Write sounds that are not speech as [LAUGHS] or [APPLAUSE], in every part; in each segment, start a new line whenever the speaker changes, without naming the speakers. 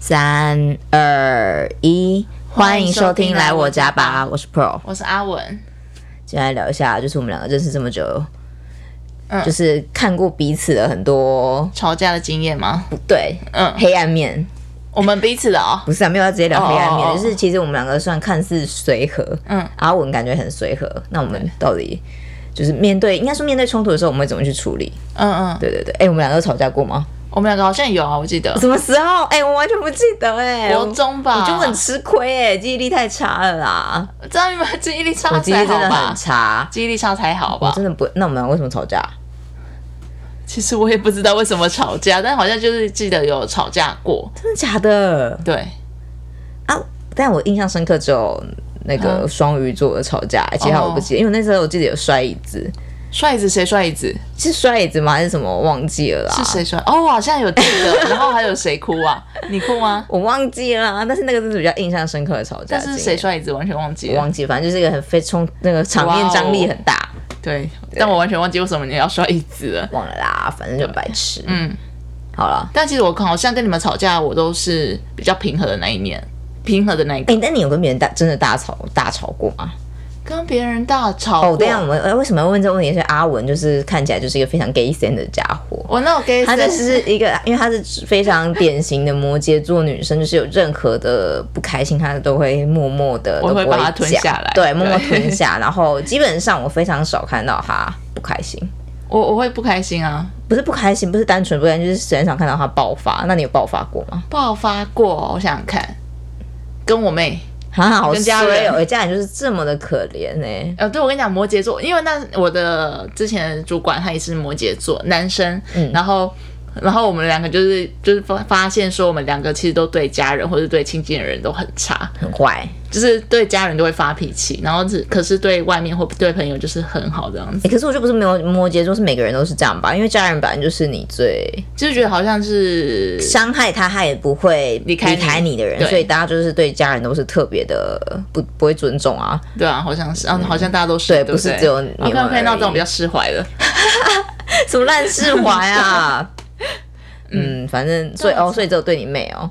三二一，欢迎收听《来我家吧》，我是 Pro。
我是阿文，
今天来聊一下，就是我们两个认识这么久，
嗯
就是看过彼此的很多
吵架的经验吗？
不对
嗯，
黑暗面，
我们彼此的哦，
不是啊，没有要直接聊黑暗面
哦哦哦
就是其实我们两个算看似随和，
嗯，
阿文感觉很随和，那我们到底就是面对，应该说面对冲突的时候，我们会怎么去处理？
嗯嗯，
对对对，哎、我们两个有吵架过吗？
我们两个好像有啊，我记得
什么时候？哎、我完全不记得哎、
国中
我
吧，
就很吃亏哎、记忆力太差了啦，
这样你们记忆力差
我记忆
才
力真
好
的很
吧？
差。
记忆力差才好
我
吧？
真的不，那我们俩为什么吵架？
其实我也不知道为什么吵架，但好像就是记得有吵架过，
真的假的
对，
啊？但我印象深刻只有那
嗯
个双鱼座的吵架，其他我不
哦
记得，因为那时候我记得有摔椅子，
摔椅子谁摔椅子？
是摔椅子吗？还是什么？我忘记了啦，
是谁摔？哦，我好像有记得，然后还有谁哭
[LAUGHS]
啊？你哭吗？
我忘记了啦。但是那个真是比较印象深刻的吵架
但
经验，
是谁摔椅子完全忘记
我
了，
忘记，反正就是一个很非冲，那个场面张
哦
力很大，
对，但我完全忘记为什么你要摔椅子了。
忘了啦，反正就白痴。
嗯，
好了，
但其实我好像跟你们吵架，我都是比较平和的那一面，平和的那一个，
哎、那你有跟别人大真的大吵大吵过吗？
跟别人大吵过。
哦，对啊，我们呃为什么要问这个问题？是阿文就是看起来就是一个非常 gay 森的家伙。
我那我给
她就是一个，因为她是非常典型的摩羯座女生，就是有任何的不开心，她都会默默的，
我会
都不
把它吞
讲
下来
对，
对
默默吞下。然后基本上我非常少看到她不开心，
我我会不开心啊，
不是不开心，不是单纯不开心，就是很少看到她爆发。那你有爆发过吗？
爆发过。我想想看，跟我妹，
啊，好
跟家
衰
人
哦，家人就是这么的可怜哎呢、
呃，对我跟你讲，摩羯座，因为那我的之前的主管他也是摩羯座，男生，
嗯
然后。然后我们两个就是就是发发现说，我们两个其实都对家人或者对亲近的人都很差，
很坏。
就是对家人都会发脾气，然后只可是对外面或对朋友就是很好这样子。
欸可是我就不是没有摩羯座，是每个人都是这样吧？因为家人本来就是你最
就是觉得好像是
伤害他，他也不会离
离开你
开你的人，
对
所以大家就是对家人都是特别的不不会尊重啊。
对啊，好像是，嗯，好像大家都是，
对
对，
不
对
是只有你们
OK
而
OK，
已
那这种比较释怀的，
[LAUGHS] 什么烂释怀啊？ [LAUGHS] 嗯，反正所以哦，所以只有对你妹哦。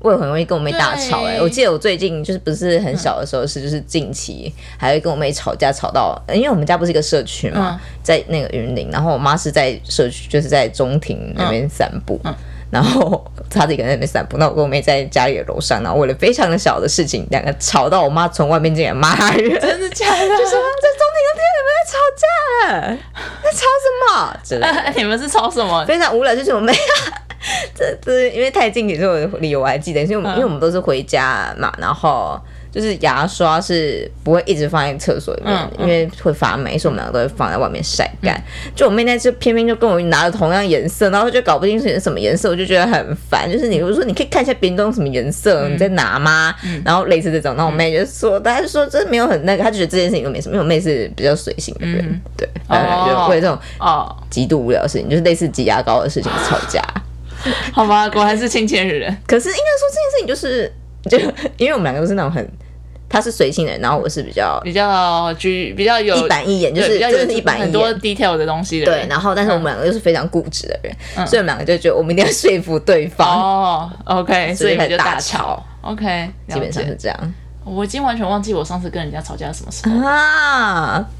我也很容易跟我妹大吵哎、
对
我记得我最近就是不是很小的时候是就是近期还会跟我妹吵架吵到，因为我们家不是一个社区
嗯
嘛，在那个云林，然后我妈是在社区就是在中庭那边散步，
嗯
然后她自己一个人在那边散步，那我跟我妹在家里的楼上，然后为了非常的小的事情，两个吵到我妈从外面进来骂人，
真的假的？
就是在中庭那边你们在吵架了，在吵什么
[LAUGHS]
之类的。
[LAUGHS] 你们是吵什么？
非常无聊，就是我们 [LAUGHS] 这这因为太近，所以我的理由我还记得，因为我们、
嗯
因为我们都是回家嘛，然后就是牙刷是不会一直放在厕所里面，
嗯嗯
因为会发霉，所以我们两个都会放在外面晒干。就我妹那次偏偏就跟我拿了同样颜色，然后就搞不清楚是什么颜色，我就觉得很烦。就是你如果说你可以看一下别人都用什么颜色，
嗯
你在拿吗？然后类似这种，然后我妹就说，她就说这没有很那个，她就觉得这件事情都没什么，因为我妹是比较随性的人，
嗯
对，反正
哦
就为了这种。
哦，
极度无聊的事情，就是类似挤牙膏的事情吵架。
好吧，果然是亲切的人。
[LAUGHS] 可是应该说这件事情就是， [LAUGHS] 就因为我们两个都是那种很，他是随性的人，然后我是比较
比较居，比较有
一板一眼，就
对
是
比较
真
有
的是一板
很
一
多
眼。
detail 的东西的
对
人，。
然后但是我们两个又是非常固执的人，
嗯
所以我们两个就觉得我们一定要说服对 [LAUGHS] 方，
哦，OK，所以
以
你
开
们
始
就
大
大吵。OK，
[LAUGHS] 基
了
本上
解。
是这样
我已经完全忘记我上次跟人家吵架是什么时候，
啊。
[LAUGHS]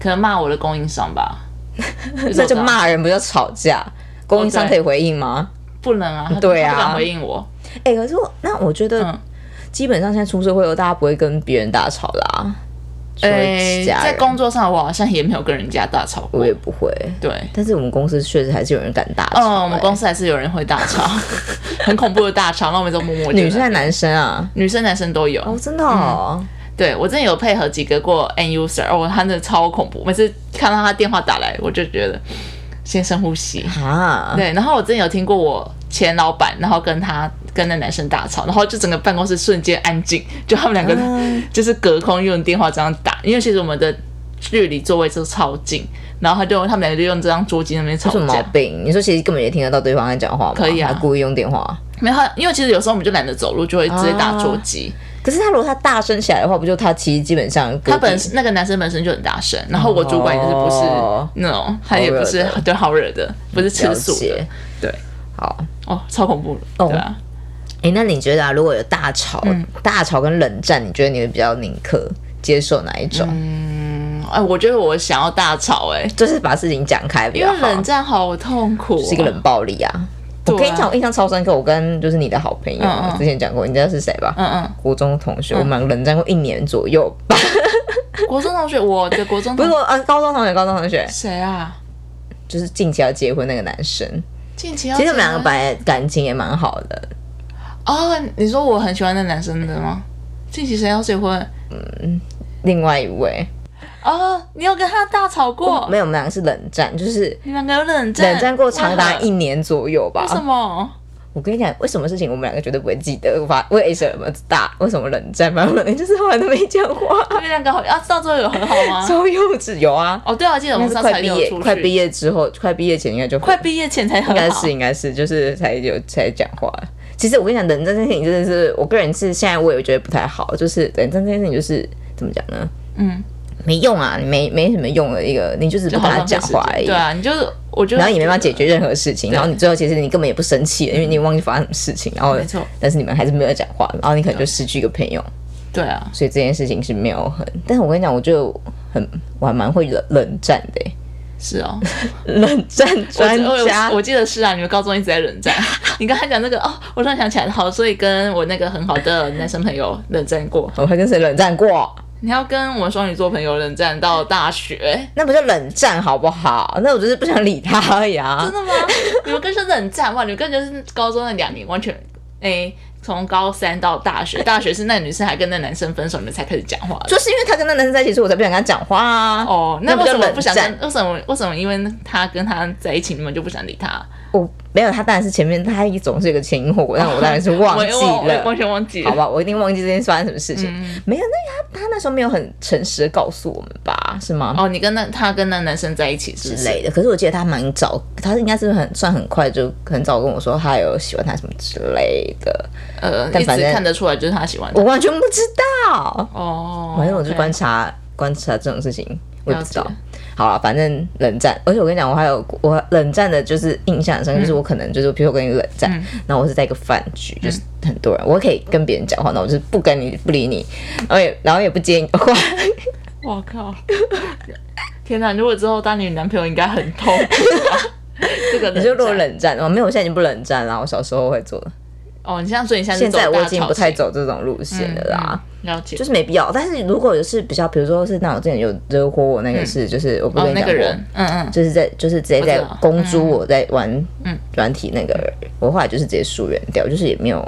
可能骂我的供应商吧。
[LAUGHS] 那就骂人不叫哦吵架，供应商可以回应吗？
不能啊，
[LAUGHS]
他
对啊
他不敢回应我。
哎、可是我那我觉得
嗯
基本上现在出社会后，大家不会跟别人大吵啦。除了
诶，
家
在
人
工作上我好像也没有跟人家大吵过
我。也不会。
对，
但是我们公司确实还是有人敢大吵、
嗯，我们
欸
公司还是有人会大吵，
[LAUGHS]
很恐怖的大吵，那我们都默默地
女生还是男生啊？
女生、男生都有。
哦，真的哦，
对我真的有配合几个过 end user，哦，他真的超恐怖，每次看到他电话打来，我就觉得先深呼吸。
啊，
对，然后我真的有听过我前老板，然后跟他跟那男生大吵，然后就整个办公室瞬间安静，就他们两个
嗯
[LAUGHS] 就是隔空用电话这样打，因为其实我们的距离座位都超近，然后他就他们两个就用这张桌机那边吵
有什么毛
架。
病？你说其实根本也听得到对方在讲话吗？
可以啊
还故意用电话。
没有，因为其实有时候我们就懒得走路，就会直接
啊
打桌机。
可是他如果他大声起来的话，不就他其实基本上
他本身那个男生本身就很大声，然后我主管也是不是
哦
那种，他也不是
好惹
对好惹的，不是吃
了
素的
解，
对，
好
哦，超恐怖了，
哦
对啊，
哎，那你觉得啊，如果有大吵、
嗯
大吵跟冷战，你觉得你会比较宁可接受哪一种？
嗯哎，我觉得我想要大吵哎、
就是把事情讲开比
因
较
为
好，
冷战好痛苦、
是一个冷。暴力啊。
对
我
啊
跟你讲，我印象超深刻。我跟就是你的好朋友，
嗯嗯
之前讲过，你知道是谁吧？
嗯嗯，
国中同学，我们俩冷战过一年左右吧。
国中同学，我的国中
不
同
是我啊，高中同学，高中同学
谁啊？
就是近期要结婚那个男生。
近期要
其实我们
结
两个
婚
本来感情也蛮好的，
哦，你说我很喜欢那男生的吗？近期谁要结婚？
另外一位
哦，你有跟他大吵过？
没有，我们两个是冷战，就是
你们两个有冷战？
冷战过长达一
为
年左右吧
何为。什么？
我跟你讲，为什么事情我们两个绝对不会记得，我
啊
发为什么大为什么冷战，反正我们 [LAUGHS] 就是后来都没讲话，
你们两个好啊，到最后有和好吗？
超幼稚。有啊，
哦，对啊，我记得我
应该是
们上次
快
还
毕
有
业，
出去，
快毕业之后，快毕业前应该就
快毕业前才和
应该
好 [LAUGHS]
是。应该是就是才有才讲话。其实我跟你讲，冷战这件事情真的是，我个人是现在我也觉得不太好，就是冷战这件事情就是怎么讲呢？
嗯，
没用啊，你没没什么用的一个，你就只是不跟
就好
他
浪费
讲
时
话
间
而已
对。啊，你就是我觉得，
然后也没办法解决任何事情，
对
然后你最后其实你根本也不生气了，因为你忘记发生什么事情，然后
没错啊
但是你们还是没有讲话，然后你可能就失去一个朋友，
对啊，
所以这件事情是没有很。但是我跟你讲，我就很我还蛮会冷冷战的欸、
是哦。
冷战
我
专
我
家
我我记得是啊，你们高中一直在冷战。你刚才讲那个哦，我突然想起来，好，所以跟我那个很好的男生朋友冷战过，
我还跟谁冷战过？
你要跟我双鱼座朋友冷战到大学，
那不叫冷战好不好？那我就是不想理他而已啊
真。的吗？ [LAUGHS] 你们更是冷战哇，你们更就是高中的两年完全诶。从高三到大学，大学是那女生还跟那男生分手，你们才开始讲话的。
就是因为他跟那男生在一起，所以我才不想跟他讲话啊。
哦，那
那不
为
叫
什么
冷
不想
战
跟？为什么为什么因为他跟他在一起，你们就不想理他？
哦我没有他，当然是前面他总是有个前因后果，但我当然是忘记
我 [LAUGHS] 我我完
了。
全忘记嗯
[LAUGHS]
了。
好吧，我一定忘记这件事发生什么事情。没有，那个他他那时候没有很诚实的告诉我们吧，是吗？
哦，你跟那他跟那男生在一起是不
之
是？
类的。可是我记得他蛮早，他应该是很算很快就很早跟我说他有喜欢他什么之类的，
呃，
但
一直
反正
看得出来就是他喜欢他
我。完全不知道。
哦，
反正我就
OK
观察、观察这种事情，我也不知道
了解。
好了，反正冷战，而且我跟你讲，我还有我冷战的，就是印象很
嗯
深，就是我可能就是，比如说我跟你冷战，然后我是在一个饭
嗯
局，就是很多人，我可以跟别人讲话，那我就是不跟你不理你，然后也然后也不接你
[LAUGHS]
的话，
我靠！ [LAUGHS] 天哪！如果之后当你男朋友，应该很痛苦
[LAUGHS]
吧。这个
你就如果
冷战
冷战，哦，没有，我现在已经不冷战了，我小时候会做的，
哦，你像所以你现在
现
是走
在我
大
已经
吵
不太
型
走这种路线了啦。
嗯了解，
就是是没必要。但是如果有是比较，比如说是那我之前有惹火我那个事，就是我不是
哦
跟你
那
讲
个
过，
人，嗯嗯，
就是在就是直接在
我知道
公猪我在玩
嗯
软体那个人，我后来就是直接疏远掉，就是也没有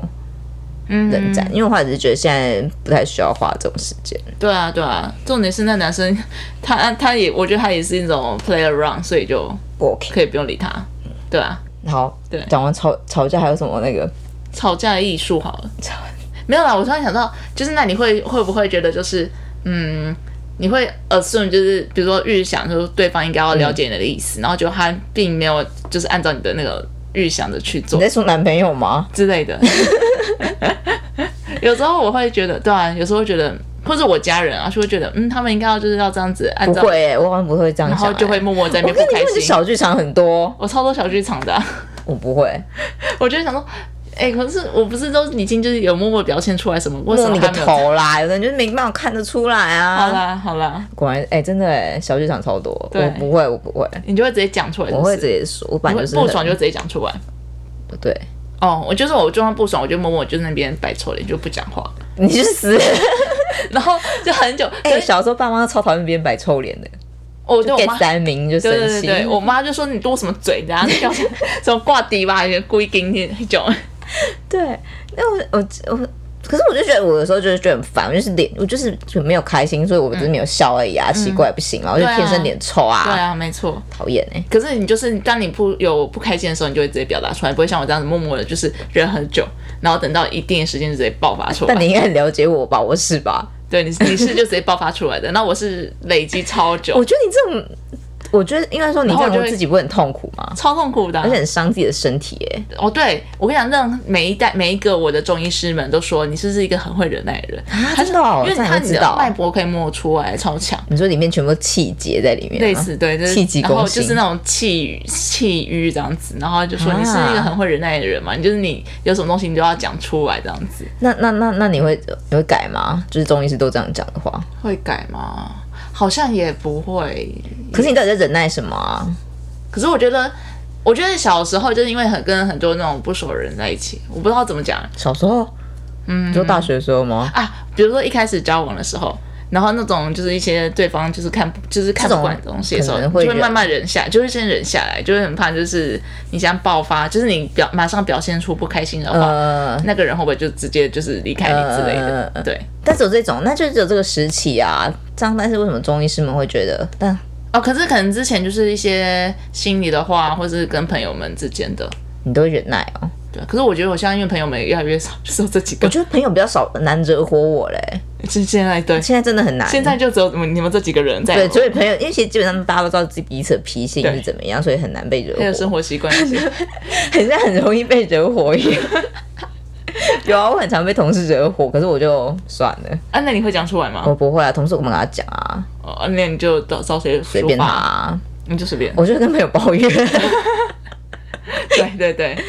嗯
冷战，因为我后来只是觉得现在不太需要花这种时间。
对啊对啊。重点是那男生，他他也我觉得他也是一种 play around，所以就
OK，
可以不用理他。对啊，
好，
对
讲完吵吵架还有什么那个？
吵架的艺术好了。没有啦，我突然想到，就是那你会会不会觉得就是嗯，你会 assume 就是比如说预想说对方应该要了解你的意思，然后就他并没有就是按照你的那个预想的去
你
做
在说男朋友吗？
之类的。 [LAUGHS] 有时候我会觉得，对啊，有时候会觉得，或者我家人啊，就会觉得，嗯，他们应该要就是要这样子按
不
照，
会、欸，我好像不会这样
然
想、欸。
后就会默默在
我
那
跟
边
你
不开
们是
心。
小剧场很多，
我超多小剧场的啊、 [LAUGHS]
我不会。
我就会想说，哎、可是我不是都已经就是有默默表现出来什么，为什
摸
么
你
他
个
没有？
头啦！有的人就是没办法看得出来啊。
好啦好啦，
果然，哎、真的哎、小剧场超多。
对
我不会，我不会，
你就会直接讲出来是
我
不是
会直接说，我本
你
来
会
就是
不
很
爽就直接讲出来。
不对， [LAUGHS]
哦，我就是我就算不爽，我就默默就那边摆臭脸，就不讲话， [LAUGHS]
你去死！
然后就很久。
哎、
可是
小时候爸妈超讨厌别人摆臭脸的，
我对我
给
妈，
三名就生
对对对
气。
对，我妈就说你多什么嘴，然后掉下什么挂堤吧，还是故意给你那种。
啊对，那我我我，可是我就觉得我有时候就是觉得很烦，我就是脸，我就是就没有开心，所以我只是没有笑而已啊，奇怪不行吗？我就
嗯对啊
天生脸臭
对
啊，
啊，没错。
讨厌哎。
可是你就是当你不有不开心的时候，你就会直接表达出来，不会像我这样子默默的，就是忍很久，然后等到一定的时间就直接爆发出
但
[LAUGHS] 来。
你应该很了解我吧？我是吧？
对，你是你是就直接爆发出来的，那我是累积超久
我。觉得你这种我觉得应该说你
然
这
后我
样
就
我
会
自己不会很痛苦吗？
超痛苦的啊、
而且很伤自己的身体欸耶、
哦，对我跟你讲，让每一代每一个我的中医师们都说，你是不是一个很会忍耐的人？
啊
他
真的哦
因为
这还
他
不
你
知道
的脉搏可以摸出来，超强。
你说里面全部气结在里面吗，啊
类似对，就是
气急
然后
攻
就
心
是那种气语气语这样子，然后就说你是一个很会忍耐的人嘛，你就是你有什么东西你就要讲出来这样子。
那那那那你会你会改吗？就是中医师都这样讲的话，
会改吗？好像也不会。
可是你到底在忍耐什么啊？
可是我觉得，我觉得小时候就是因为很跟很多那种不熟的人在一起，我不知道怎么讲
小时候，嗯，你说大学的时候吗？
啊。比如说一开始交往的时候，然后那种就是一些对方就是看就是看
这种
不惯的东西的时候，
可
就
能会
会
忍
慢慢忍下，就会先忍下来，就会很怕就是你想爆发，就是你表马上表现出不开心的话，
呃，
那个人会不会就直接就是离开你啊之类的？
呃
对，
但是有这种，那就只有这个时期啊。这样，但是为什么中医师们会觉得？但
哦，可是可能之前就是一些心里的话，或是跟朋友们之间的，
你都会忍耐哦。
对，啊可是我觉得我现在因为朋友们也越来越少，就只有这几
我
个，
觉得朋友比较少，难惹火我嘞。
就现在对，
现在真的很难。
现在就只有你们你们这几个人在，
对，所以朋友，因为其实基本上大家都知道自己彼此的脾性
对
是怎么样，所以很难被惹
还有
火，
生活习惯
[LAUGHS]
这些，
很像很容易被惹火一样。 [LAUGHS] 有啊，我很常被同事惹火，可是我就算了，
啊，那你会讲出来吗？
我不会啊。同事我们跟他讲啊，
哦，那你就找找谁
随
说
便他、
吧，
啊，
你就随便，
我就跟朋友抱怨。 [LAUGHS]
对对对，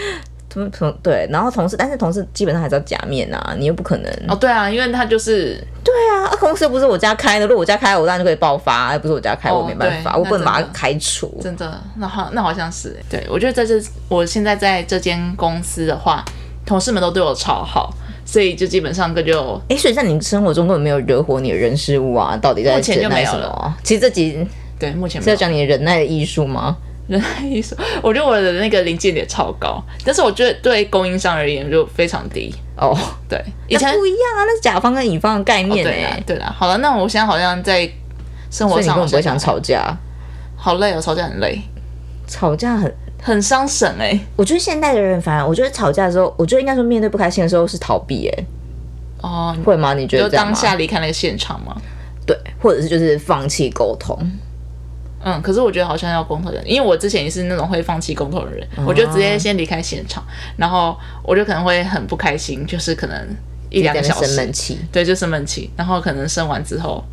同同对，然后同事，但是同事基本上还是要假面啊，你又不可能。
哦对啊，因为他就是
对啊，啊公司又不是我家开的，如果我家开，我当然就可以爆发；，啊不是我家开，我
哦
没办法，
对
我不能把
那
它
真的
开除。
真的，那好，那好像是欸，对我觉得在这我现在在这间公司的话，同事们都对我超好，所以就基本上个就
哎，所以在你生活中根本没有惹火你的人事物啊，到底在
目前就
忍耐
没有
什么
了
啊？其实这集
对目前
是
没
要
有。
讲你忍耐的艺术吗？
人类艺术， [LAUGHS] 我觉得我的那个临界点超高，但是我觉得对供应商而言就非常低。
哦，
对，以前
那不一样啊，那是甲方跟乙方的概
哦
念
对
哎、
啦，对啦。好了，那我现在好像在生
所
活
以你根
上
本不会想
好像
吵架，
好累哦，吵架很累，
吵架很。
很伤神哎、
我觉得现代的人，反而我觉得吵架的时候，我觉得应该说面对不开心的时候是逃避、欸，
哦，
会吗？你觉
你
得
就
这样吗
当下离开那个现场嘛。
对，或者是就是放弃沟通，
嗯，可是我觉得好像要公投的人，因为我之前也是那种会放弃公投的人，
嗯
我就直接先离开现场，然后我就可能会很不开心，就是可能一两
在
个
那
小
边生
时
闷，气
对，就生闷气，然后可能生完之后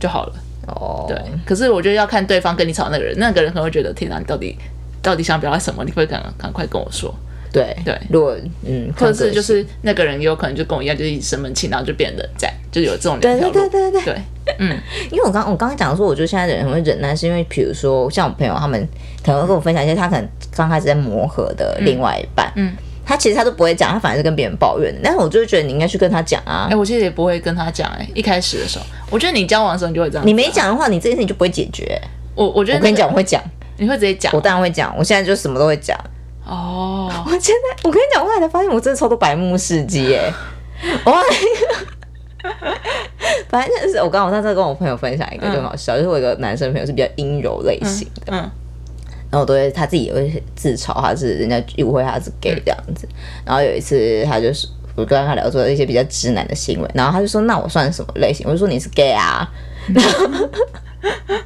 就好了。
哦。
对，可是我觉得要看对方跟你吵的那个人，那个人可能会觉得天哪，你到底到底想表达什么？你会赶赶快跟我说，
对
对
如果嗯，
或者
看个
是
人
就是那个人有可能就跟我一样，就是一直生闷气，然后就变冷战，就有这种
对
两条
对
路。
对对对，
对嗯，
因为我刚我刚刚讲说，我觉得现在的人很会忍耐，是因为比如说像我朋友他们可能会跟我分享一些他可能刚开始在磨合的另外一半，
嗯嗯
他其实他都不会讲，他反而是跟别人抱怨的，但是我就会觉得你应该去跟他讲啊
哎、，我其实也不会跟他讲，哎，一开始的时候，我觉得你交往的时候你就会这样，
你没，讲的话，你这件事情就不会解决。
我我觉得、
我跟你讲，，我会讲，
你会直接讲
我，当然会讲，我现在就什么都会讲。
哦，
我现在我跟你讲，我后来才发现我真的超多白目事迹耶！我后来 [LAUGHS] 反正就是我刚好上次跟我朋友分享一个就很好笑，就是我有一个男生朋友是比较阴柔类型，
嗯，
然后我都会他自己也会自嘲他是人家误会他是 gay 这样子。然后有一次他就是我跟他聊说一些比较直男的行为，然后他就说那我算什么类型？我就说你是 gay 啊。然后 [LAUGHS] 因为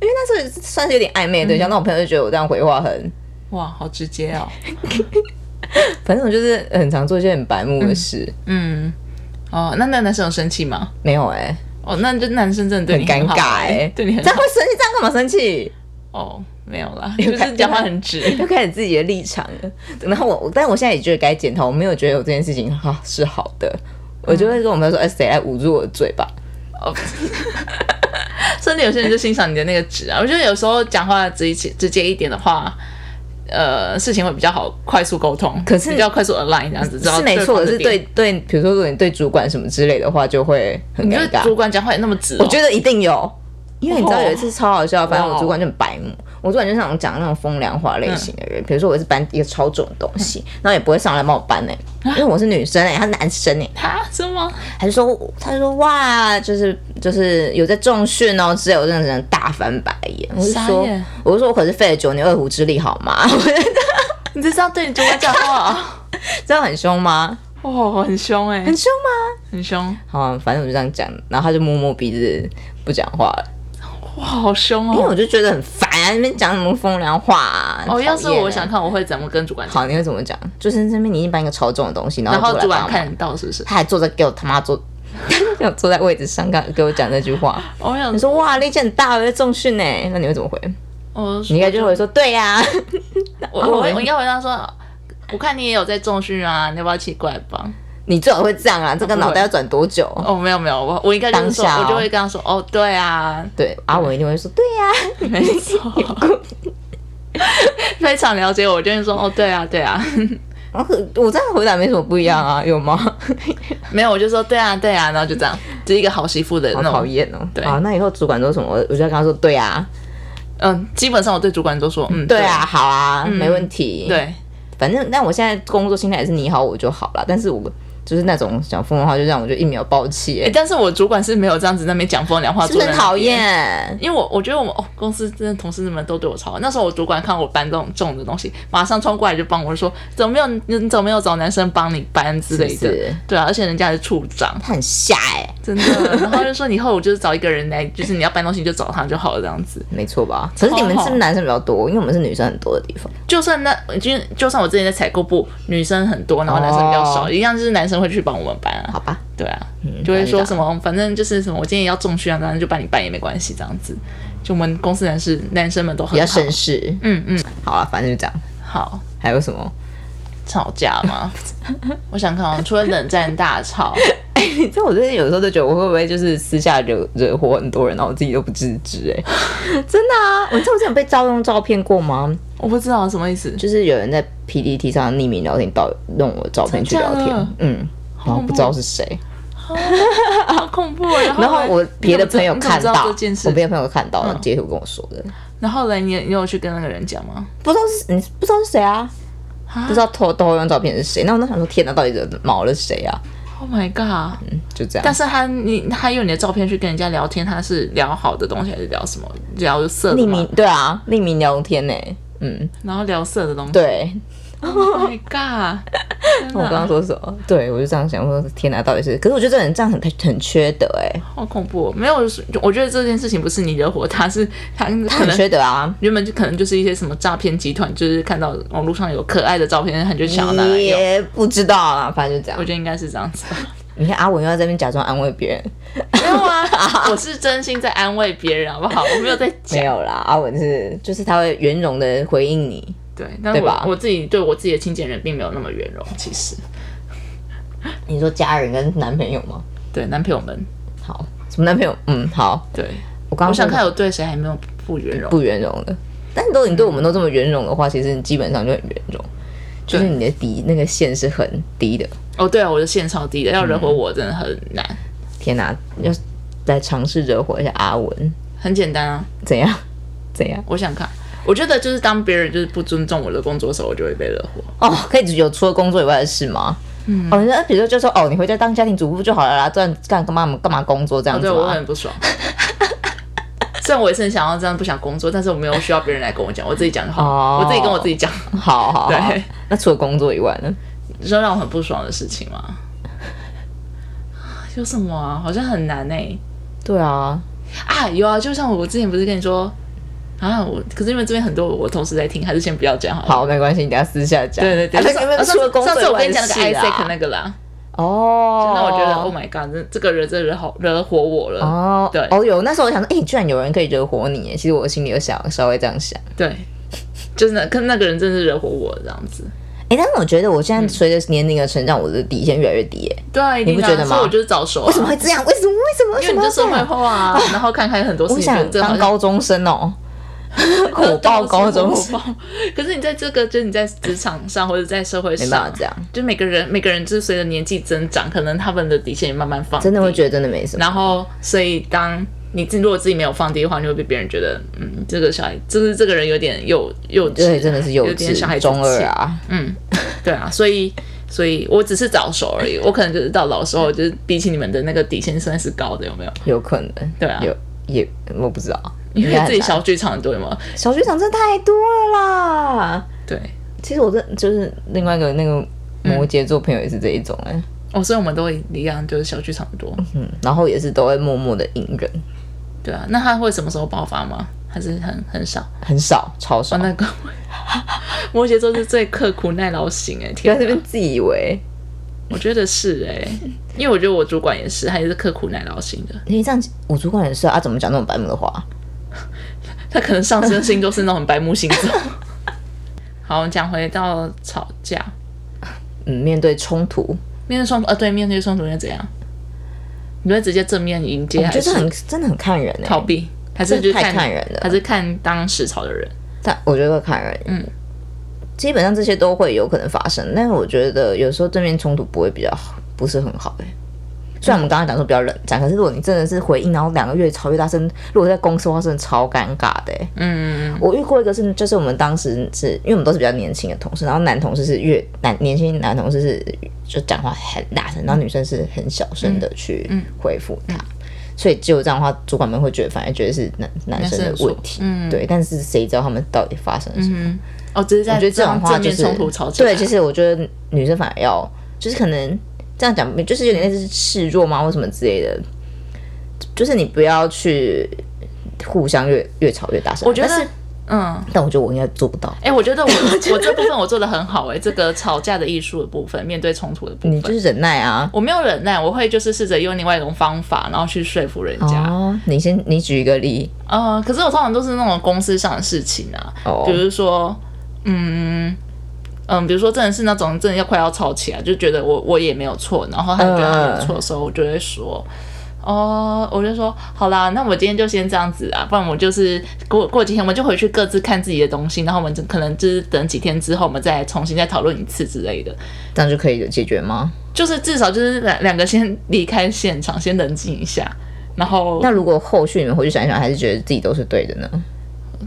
那时候算是有点暧昧的对象，那我朋友就觉得我这样回话很，
哇，好直接哦，
反正我就是很常做一些很白目的事，
嗯，哦，那那男生有生气吗？
没有哎、
哦，那就男生真的对
很
你
尴
好
尬哎、
哎、对你很
这样
好
会生气，这样干嘛生气？
哦，没有啦，
[LAUGHS] 有
就
感
是讲话很直，
又开始自己的立场了。然后我，但我现在也觉得该检讨，我没有觉得我这件事情哈、是好的，我就会跟我朋友说，哎、谁来捂住我的嘴巴？
哦，甚至有些人就欣赏你的那个直啊。我觉得有时候讲话直接直接一点的话，呃，事情会比较好快速沟通，
可是
比较快速 align 这样子，知道
是没错，
方
可
的
是对
点。
对，比如说如果你对主管什么之类的话，就会很
你觉
尴
得
尬。
主管讲话也那么直、哦？
我觉得一定有，因为你知道
哦
有一次超好笑，反正我
哇哦
主管就很白目。我主管就是那种讲那种风凉话类型的
嗯
人，比如说我是搬一个超重的东西，然后也不会上来帮我搬呢、欸因为我是女生哎、他是男生哎、
他什么？
他就说，他就说哇，就是就是有在重训哦之类，我真的只能大翻白眼。我就
傻
说
眼，
我就说我可是费了九牛二虎之力好吗？ [LAUGHS]
你这是要对你主管讲话、啊？
这样很凶吗？啊
哦，很凶哎、
很凶 [LAUGHS] 吗？
很凶。
好、反正我就这样讲，然后他就摸摸鼻子不讲话了。
哇，好凶
因为我
哦！
就觉得很烦啊，那边讲什么风凉话啊。很讨
哦，要是
厌
我
欸
想看，我会怎么跟主管讲？
好，你会怎么讲？就是这边你已经搬一个超重的东西，然
然
后
后主管
管，
看得到是不是？
他还坐在给我他妈坐， [LAUGHS] 给我坐在位置上，刚给我讲那句话。
我想
你，说哇，力气很大，我在重训呢。那你会怎么回？
我
你应该就会说啊对啊呀、
我我我应该回答说，我看你也有在重训啊，你要不要一起过来帮？
你最好会这样啊，这个脑袋要转多久？
哦，没有没有，我我应该就是说，
当下哦
我就会跟他说，哦，对
[LAUGHS]
啊，
对，阿文一定会说对呀、
没错，非常了解我，我就会说，哦，对啊，对啊，
然后我这样回答没什么不一样
嗯
啊，有吗？
没有，我就说对啊，对啊，然后就这样，就是一个好媳妇的
好
那
讨
种。
厌哦。
对
好，那以后主管说什么，我我就要跟他说对呀、
嗯，基本上我对主管都说，嗯，
对啊，，好啊，
嗯
没问题。，
对，
反正但我现在工作心态也是你好我就好了，但是我就是那种讲风的话，就让我就一秒爆气、
哎，
欸，
但是我主管是没有这样子在那边讲风凉话，
是不是很
坐在那
讨
边。
厌？
因为我我觉得我们哦公司真的同事们都对我超好。那时候我主管看我搬这种重的东西，马上冲过来就帮我说：“怎么没有你你怎么没有找男生帮你搬之类的？”
是不是
对啊，而且人家是处长，
他很瞎哎、
真的。然后就说以后我就是找一个人来，就是你要搬东西你就找他就好了，这样子。
没错吧？可是你们是不是男生比较多？因为我们是女生很多的地方。
就算那就就算我之前在采购部，女生很多，然后男生比较少，
哦
一样就是男生会去帮我们搬啊。
好吧，
对啊，
嗯
就会说什
么？
么，反正就是什么，我今天也要重训啊，反正就帮你搬也没关系，这样子。就我们公司男士男生们都
比
很
较
好，
绅士。
嗯嗯，
好了，反正就这样。
好。
还有什么？
吵架
[LAUGHS]
吗？我想看哦，除了冷战大吵，
哎、 [LAUGHS] 你知道我最近有时候都觉得我会不会就是私下惹惹火很多人，然后我自己都不自知、哎， [LAUGHS] 真的啊！你知道我之前有被照用照片过吗？
我不知道什么意思。
就是有人在 PDT 上匿名聊天，盗用我的照片去聊
真的
天，嗯，然后不知道是谁，
好恐怖哦！然后
然后我
嘞
别的朋友
你怎么
看
知道
到，
这件
我
事，嗯
别的朋友看到截图跟我说的，
然后嘞，你你有去跟那个人讲吗？
不知道是你不知道是谁啊，
啊
不知道偷偷用照片是谁，那我就想说，天哪，到底惹毛了谁啊？
，Oh my god！
嗯，就这样
但。是他你他用你的照片去跟人家聊天，他是聊好的东西还是聊什么？聊色的
匿
吗
名？对啊，匿名聊天呢、嗯，
然后聊色的东西。
对，
Oh my god！天
我刚
哪
刚，说什么？对，我就这样想，我说天哪，到底是？可是我觉得这人这样很很缺德哎、
好恐怖哦！没有，我觉得这件事情不是你惹火他，是
他
他可
很
能
缺德啊。
原本就可能就是一些什么诈骗集团，就是看到网络上有可爱的照片，他就想要拿来用。
也不知道啊，反正就这
我
样。
觉得应该是这样
[LAUGHS]
子，
你看阿文又在这边假装安慰别人，
没有啊，我是真心在安慰别人，好不好？我没有在
没
讲，
有啦，阿文是就是他会圆融的回应你，
对，但是
对吧
我我自己对我自己的亲近人并没有那么圆融，其实
你说家人跟男朋友吗？
对男朋友们，
好，什么男朋友？嗯，好，
对，
我刚
我
刚
想看
说
有对谁还没有不圆融，
不圆融的，但如果你对我们都这么圆融的话，其实你基本上就很圆融，就是
对
你的底那个线是很低的。
哦，对啊，我的线超低的，要
嗯
惹火我真的很难，
天哪、要来尝试惹火一下阿文，
很简单啊，
怎样？怎样？
我想看。我觉得就是当别人就是不尊重我的工作的时候，我就会被惹火。
哦，可以有除了工作以外的事吗？嗯，哦，你说，比如说，就说哦，你回家当家庭主妇就好了啦，这样干干嘛干嘛工作这
哦，
样子啊
对
吗？
哦我会很不爽。 [LAUGHS] 虽然我也是很想要这样不想工作，但是我没有需要别人来跟我讲，我自己讲就好。
哦
我自己跟我自己讲，
好好好
对
那除了工作以外呢？
你知道让我很不爽的事情吗？ [LAUGHS] 有什么啊？好像很难哎、
对啊，
啊，有啊，就像我之前不是跟你说啊，我可是因为这边很多我同事在听，还是先不要讲好了。
好，没关系，你等一下私下讲。
对对对，
啊
上
那那
上
除了工
上
作以
次我
外
跟
的
你讲那个
事啊
Isaac 那个啦，
哦，
那我觉得 Oh my God，这这个人真的惹好惹火我了。
哦，
对
哦有，那时候我想说，哎、居然有人可以惹火你耶，其实我心里有想稍微这样想。
对，就是那跟那个人真的是惹火我了这样子。
哎、但是我觉得我
嗯
现在随着年龄的成长，我的底线越来越低耶。
对啊，一
你
定
不
的
觉得
啊，
吗
所以我就是早熟、啊。
为什么会这样？为什么？为什么？为
因
什
为你
么
就
要这
社会
样？
化啊，然后看看很多事
我
情，觉
想
得这好
当
像
高中生
[LAUGHS]
哦，火爆高中生。
火爆可是你在这个，就是你在职场上或者在社会
没办
上
法，这样，
就每个人每个人就是随着年纪增长，可能他们的底线也慢慢放低。
真的会觉得真的没什么。
然后，所以当你自如果自己没有放低的话，你会被别人觉得，嗯，这个小孩就是这个人有点幼幼稚，
对，真的是幼
有点小孩
稚，
子
中二
气。
啊，
嗯，对啊，所以。所以我只是早熟而已，我可能就是到老的时候，就是比起你们的那个底线算是高的，有没有？
有可能。
对啊
有也我不知道，
因
应
为
该
自己
很难
小剧场对吗？
小剧场真的太多了啦。
对，
其实我这就是另外一个那个摩羯座朋友也是这一种哎、嗯
哦，所以我们都一样，就是小剧场多。
嗯，然后也是都会默默的隐忍，
对啊，那它会什么时候爆发吗？还是很很少。
很少，超少。
哦，那个 [LAUGHS] 摩羯座是最刻苦耐劳型哎，
不要
天
这
哪，
边自以为，
我觉得是哎，因为我觉得我主管也是，他也是刻苦耐劳型的，
你这样，我主管也是啊，啊怎么讲那种白目的话？
他可能上升星座是那种白木星座。好，我们讲回到吵架，
嗯，面对冲突，
面对冲突，呃，对，面对冲突应该怎样？你会直接正面迎接，
我
还
觉得
啊是
哦很真的很看人哎、
逃避，还是就是
太
看
看人了
还是看当时吵的人？
但我觉得会看人，
嗯
嗯，基本上这些都会有可能发生，但是我觉得有时候正面冲突不会比较好，不是很好哎、虽然我们刚刚讲说比较冷战，可是如果你真的是回应，然后两个越吵越大声，如果在公司的话，真的超尴尬的、欸。
嗯，
我遇过一个是，就是我们当时是因为我们都是比较年轻的同事，然后男同事是越男年轻男同事是就讲话很大声，然后女生是很小声的去回复
嗯
他，所以只有这样的话，主管们会觉得反而觉得是男男生的问题，
嗯
对。但是谁知道他们到底发生了什么？
嗯，哦，只是在
我觉得这种话
正
就
面
是
冲突吵起来，
对，其实我觉得女生反而要就是可能这样讲，就是有点类似示弱嘛，或什么之类的，就是你不要去互相越越吵越大声。
我觉得
但是，
嗯，
但我觉得我应该做不到。
哎、我觉
[LAUGHS]
得我我这部分我做的很好哎、这个吵架的艺术的部分，面对冲突的部
你就
分，
是忍耐啊。
我没有忍耐，我会就是试着用另外一种方法，然后去说服人家。
哦，你先你举一个例，
呃，可是我通常都是那种公司上的事情啊，
哦
比如说，嗯嗯，比如说真的是那种真的要快要吵起来，就觉得我我也没有错，然后他觉得他没有错的时候，我就会说。哦，我就说好啦，那我今天就先这样子啊，不然我就是过过几天我们就回去各自看自己的东西，然后我们就可能就是等几天之后，我们再重新再讨论一次之类的。
这样就可以解决吗？
就是至少就是两两个先离开现场，先冷静一下，然后
那如果后续你们回去想一想，还是觉得自己都是对的呢？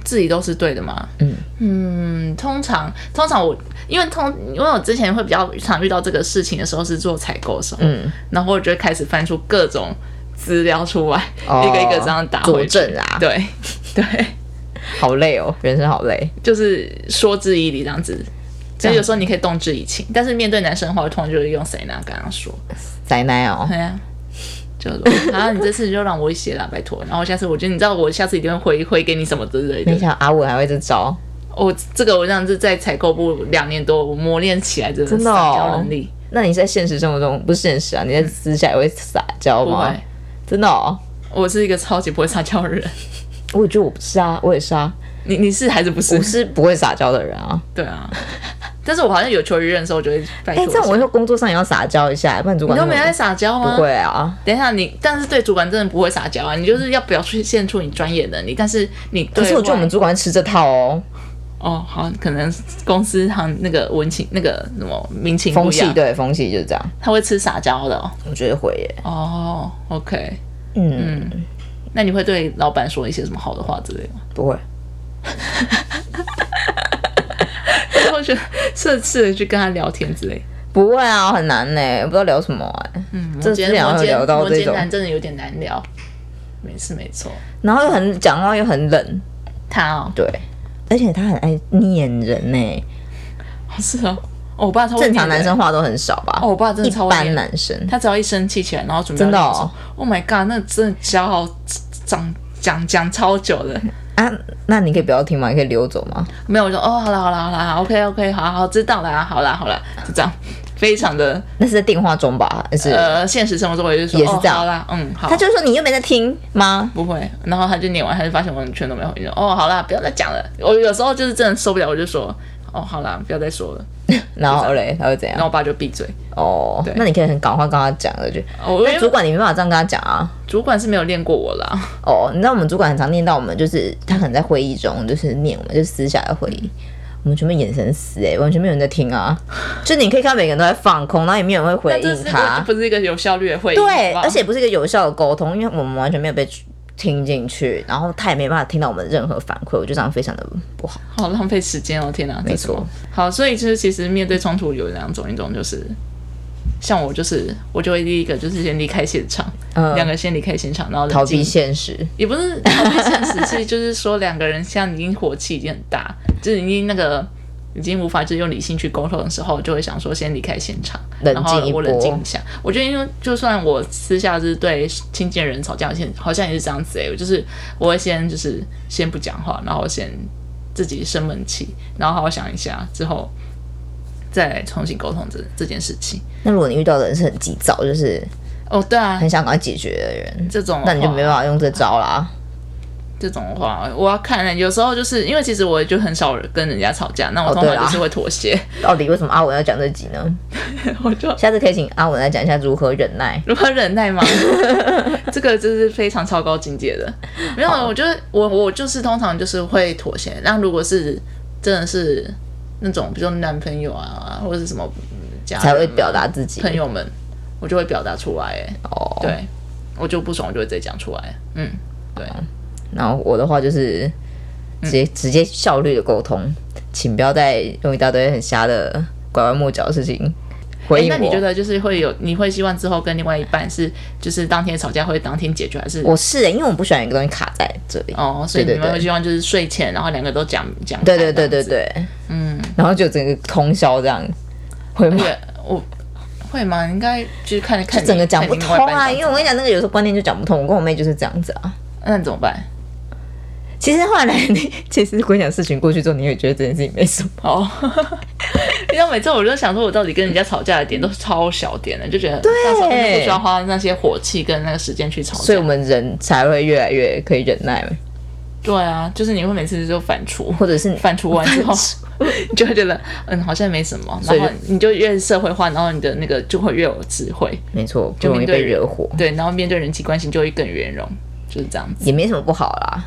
自己都是对的嘛。
嗯
嗯通常通常我因为通因为我之前会比较常遇到这个事情的时候是做采购的时候，
嗯，
然后我就会开始翻出各种资料出来，
哦
一个一个这样打
佐
回去。
证啊，
对 [LAUGHS] 对，
好累哦，人生好累。
就是说之以理这样子。
这
所
样
以有时候你可以动之以情，但是面对男生的话，我通常就是用谁呢跟他说，
宅男
[LAUGHS]
哦，
对呀、就是说 [LAUGHS] 啊，你这次就让我一些啦，拜托。然后下次我觉得你知道，我下次一定会回回给你什么之类的
没。想到阿文还会这招，
我哦这个我这样子在采购部两年多，我磨练起来真的
真的
撒
哦
娇能力，
那你在现实生活中不是现实啊？你在私下也会撒娇
不
吗
会？，
真的哦，
我是一个超级不会撒娇的人。
我也觉得我不是啊，我也是啊，
你你是还是 [LAUGHS] 不是
我？是不会撒娇的人啊。
对啊，但是我好像有求于人的时候，我就会拜
哎，
托一
这
下。
样我以后工作上也要撒娇一下，不然主
你
管
都没
会
在撒娇吗？
不。会啊。
等一下你，但是对主管真的不会撒娇啊，你就是要表现出你专业能力，但是你对
可
外。
是我觉得我们主管会吃这套哦，
哦，好，可能公司行那个文情那个什么民情
风
不一
气
样，
对风气就是这样，
他会吃撒娇的哦。
我觉得会耶。
哦，OK，
嗯，
那你会对老板说一些什么好的话之类的吗？
不会。
我觉得 [LAUGHS] 设置的去跟他聊天之类。
不会啊，很难呢、不知道聊什么哎、
嗯，
这
摩羯
之前好像聊到
摩羯
这种
摩羯男真的有点难聊，没事没错。
然后又很讲话又很冷，
他哦，
对，而且他很爱念人呢、
是哦，哦我爸超会
正常
念
男
的
生话都很少吧？
哦我爸真的超
一
会
般
念
男生，
他只要一生气起来，然后准备要
真的
聊
哦
什么，Oh my god，那真的骄傲，讲讲讲超久的。
啊，那你可以不要听吗？你可以溜走吗？
没有，我就哦，好啦好啦好啦，OK OK，好好知道啦，好啦好啦，就这样，非常的
那是在电话中吧？还是、
呃，现实生活中我就说
也是这
哦、
样
好啦，嗯，好
他。就说你又没在听吗？
不会，然后他就念完，他就发现我全都没有回应。哦，好啦，不要再讲了。我有时候就是真的受不了，我就说，哦，好啦，不要再说了。
然后嘞，他会怎
然后
样？
我爸就闭嘴。
哦
对，
那你可以很赶快跟他讲了，就
哦我因
但主
为
管你没办法这样跟他讲啊。
主管是没有练过我啦，
哦，你知道我们主管很常念到我们，就是他可能在会议中就是念我们，就是私下的会议，我们全部眼神死哎、欸，完全没有人在听
[LAUGHS]
啊。就你可以看到每个人都在放空，然后也没有人会
那
回
这
应
是个
他。
不是一个有效率的会议？
对，
好不好
而且不是一个有效的沟通，因为我们完全没有被听进去，然后他也没办法听到我们任何反馈，我觉得这样非常的不好。
好浪费时间哦，天哪！
没
这什么
错。
好，所以就是其实面对冲突有两种，一种就是像我就是我就会第一个就是先离开现场，
嗯
两个先离开现场，然后冷
逃
静
避现实，
也不 [LAUGHS] 是逃避现实，是就是说两个人现在已经火气已经很大，就是已经那个已经无法就是用理性去沟通的时候，就会想说先离开现场，
冷
然后
静一波
我冷静一下。我觉得，因为就算我私下是对亲近的人吵架，好像好像也是这样子哎、我就是我会先就是先不讲话，然后先自己生闷气，然后好好想一下之后。再来重新沟通这这件事情
那如果你遇到的人是很急躁，就是
哦，对啊，
很想赶快解决的人，
这种的哦
那你就
话
没办法用这招啦。
这种的话，我要看人。有时候就是因为其实我就很少跟人家吵架，那我
哦
通常
对啦
就是会妥协。 [LAUGHS]
到底为什么阿文要讲这集呢？
我就
下次可以请阿文来讲一下如何忍耐。
如何忍
[LAUGHS]
耐吗？这个就是非常超高境界的。没有，我觉得我我就是通常就是会妥协。那如果是真的是那种，比如说男朋友啊，或者是什么嗯家人
才会表达自己
朋友们，我就会表达出来。哎
哦。
对，我就不爽，我就会直接讲出来。嗯，对，
然后我的话就是直接、直接效率的沟通，请不要再用一大堆很瞎的拐弯抹角的事情回
哎，
应我。
那你觉得就是会有，你会希望之后跟另外一半是就是当天吵架会当天解决，还是
我是、欸，因为我不喜欢有一个东西卡在这里。
哦，所以
对
你
对
们会
对
希望就是睡前，然后两个都讲讲。
对对对对，对，
嗯，
然后就整个通宵这样，会
而
吗？
且我会吗？应该就是看
就
看你
整个讲不通啊，因为我跟
为
你讲，那个有时候观念就讲不通。我跟我妹就是这样子啊。
那你怎么办？
其实后来 [LAUGHS] 你，其实回想事情过去之后，你也觉得这件事情没什么。
哦， [LAUGHS] 你知道每次我就想说，我到底跟人家吵架的点都是超小点的，就觉得大吵架就不需要花那些火气跟那个时间去吵架。
所以我们人才会越来越可以忍耐，
对啊，就是你会每次就反
[LAUGHS]
刍，
或者是
反刍完之后， [LAUGHS] 你就会觉得嗯好像没什么，
所
然
以就
后你就越社会化，然后你的那个就会越有智慧，
没错，不
就
容易
面对
被
人
惹火，
对，然后面对人际关系就会更圆融，就是这样子。
也没什么不好啦。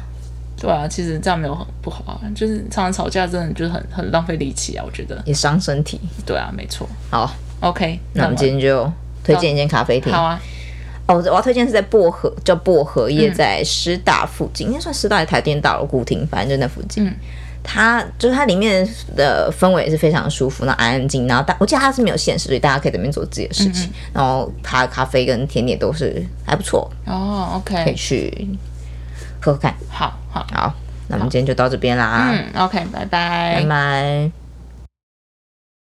对啊，其实这样没有很不好啊，就是常常吵架真的就是很很浪费力气啊，我觉得。
也伤身体。
对啊，没错。
好，
OK，
那我们今天就推荐一间咖啡厅。
好啊，
哦，我要推荐是在薄荷，叫薄荷叶，
嗯
在师大附近，应该算师大的台电大楼古亭，反正就那附近。
嗯
它就是它里面的氛围也是非常舒服，那安安静，然后大我记得它是没有限时，所以大家可以在那边做自己的事
嗯
情。然后它的咖啡跟甜点都是还不错，
哦
可以
，OK，
去喝喝看。
好好，嗯
好，那我们今天就到这边啦，
嗯，OK，拜
拜拜。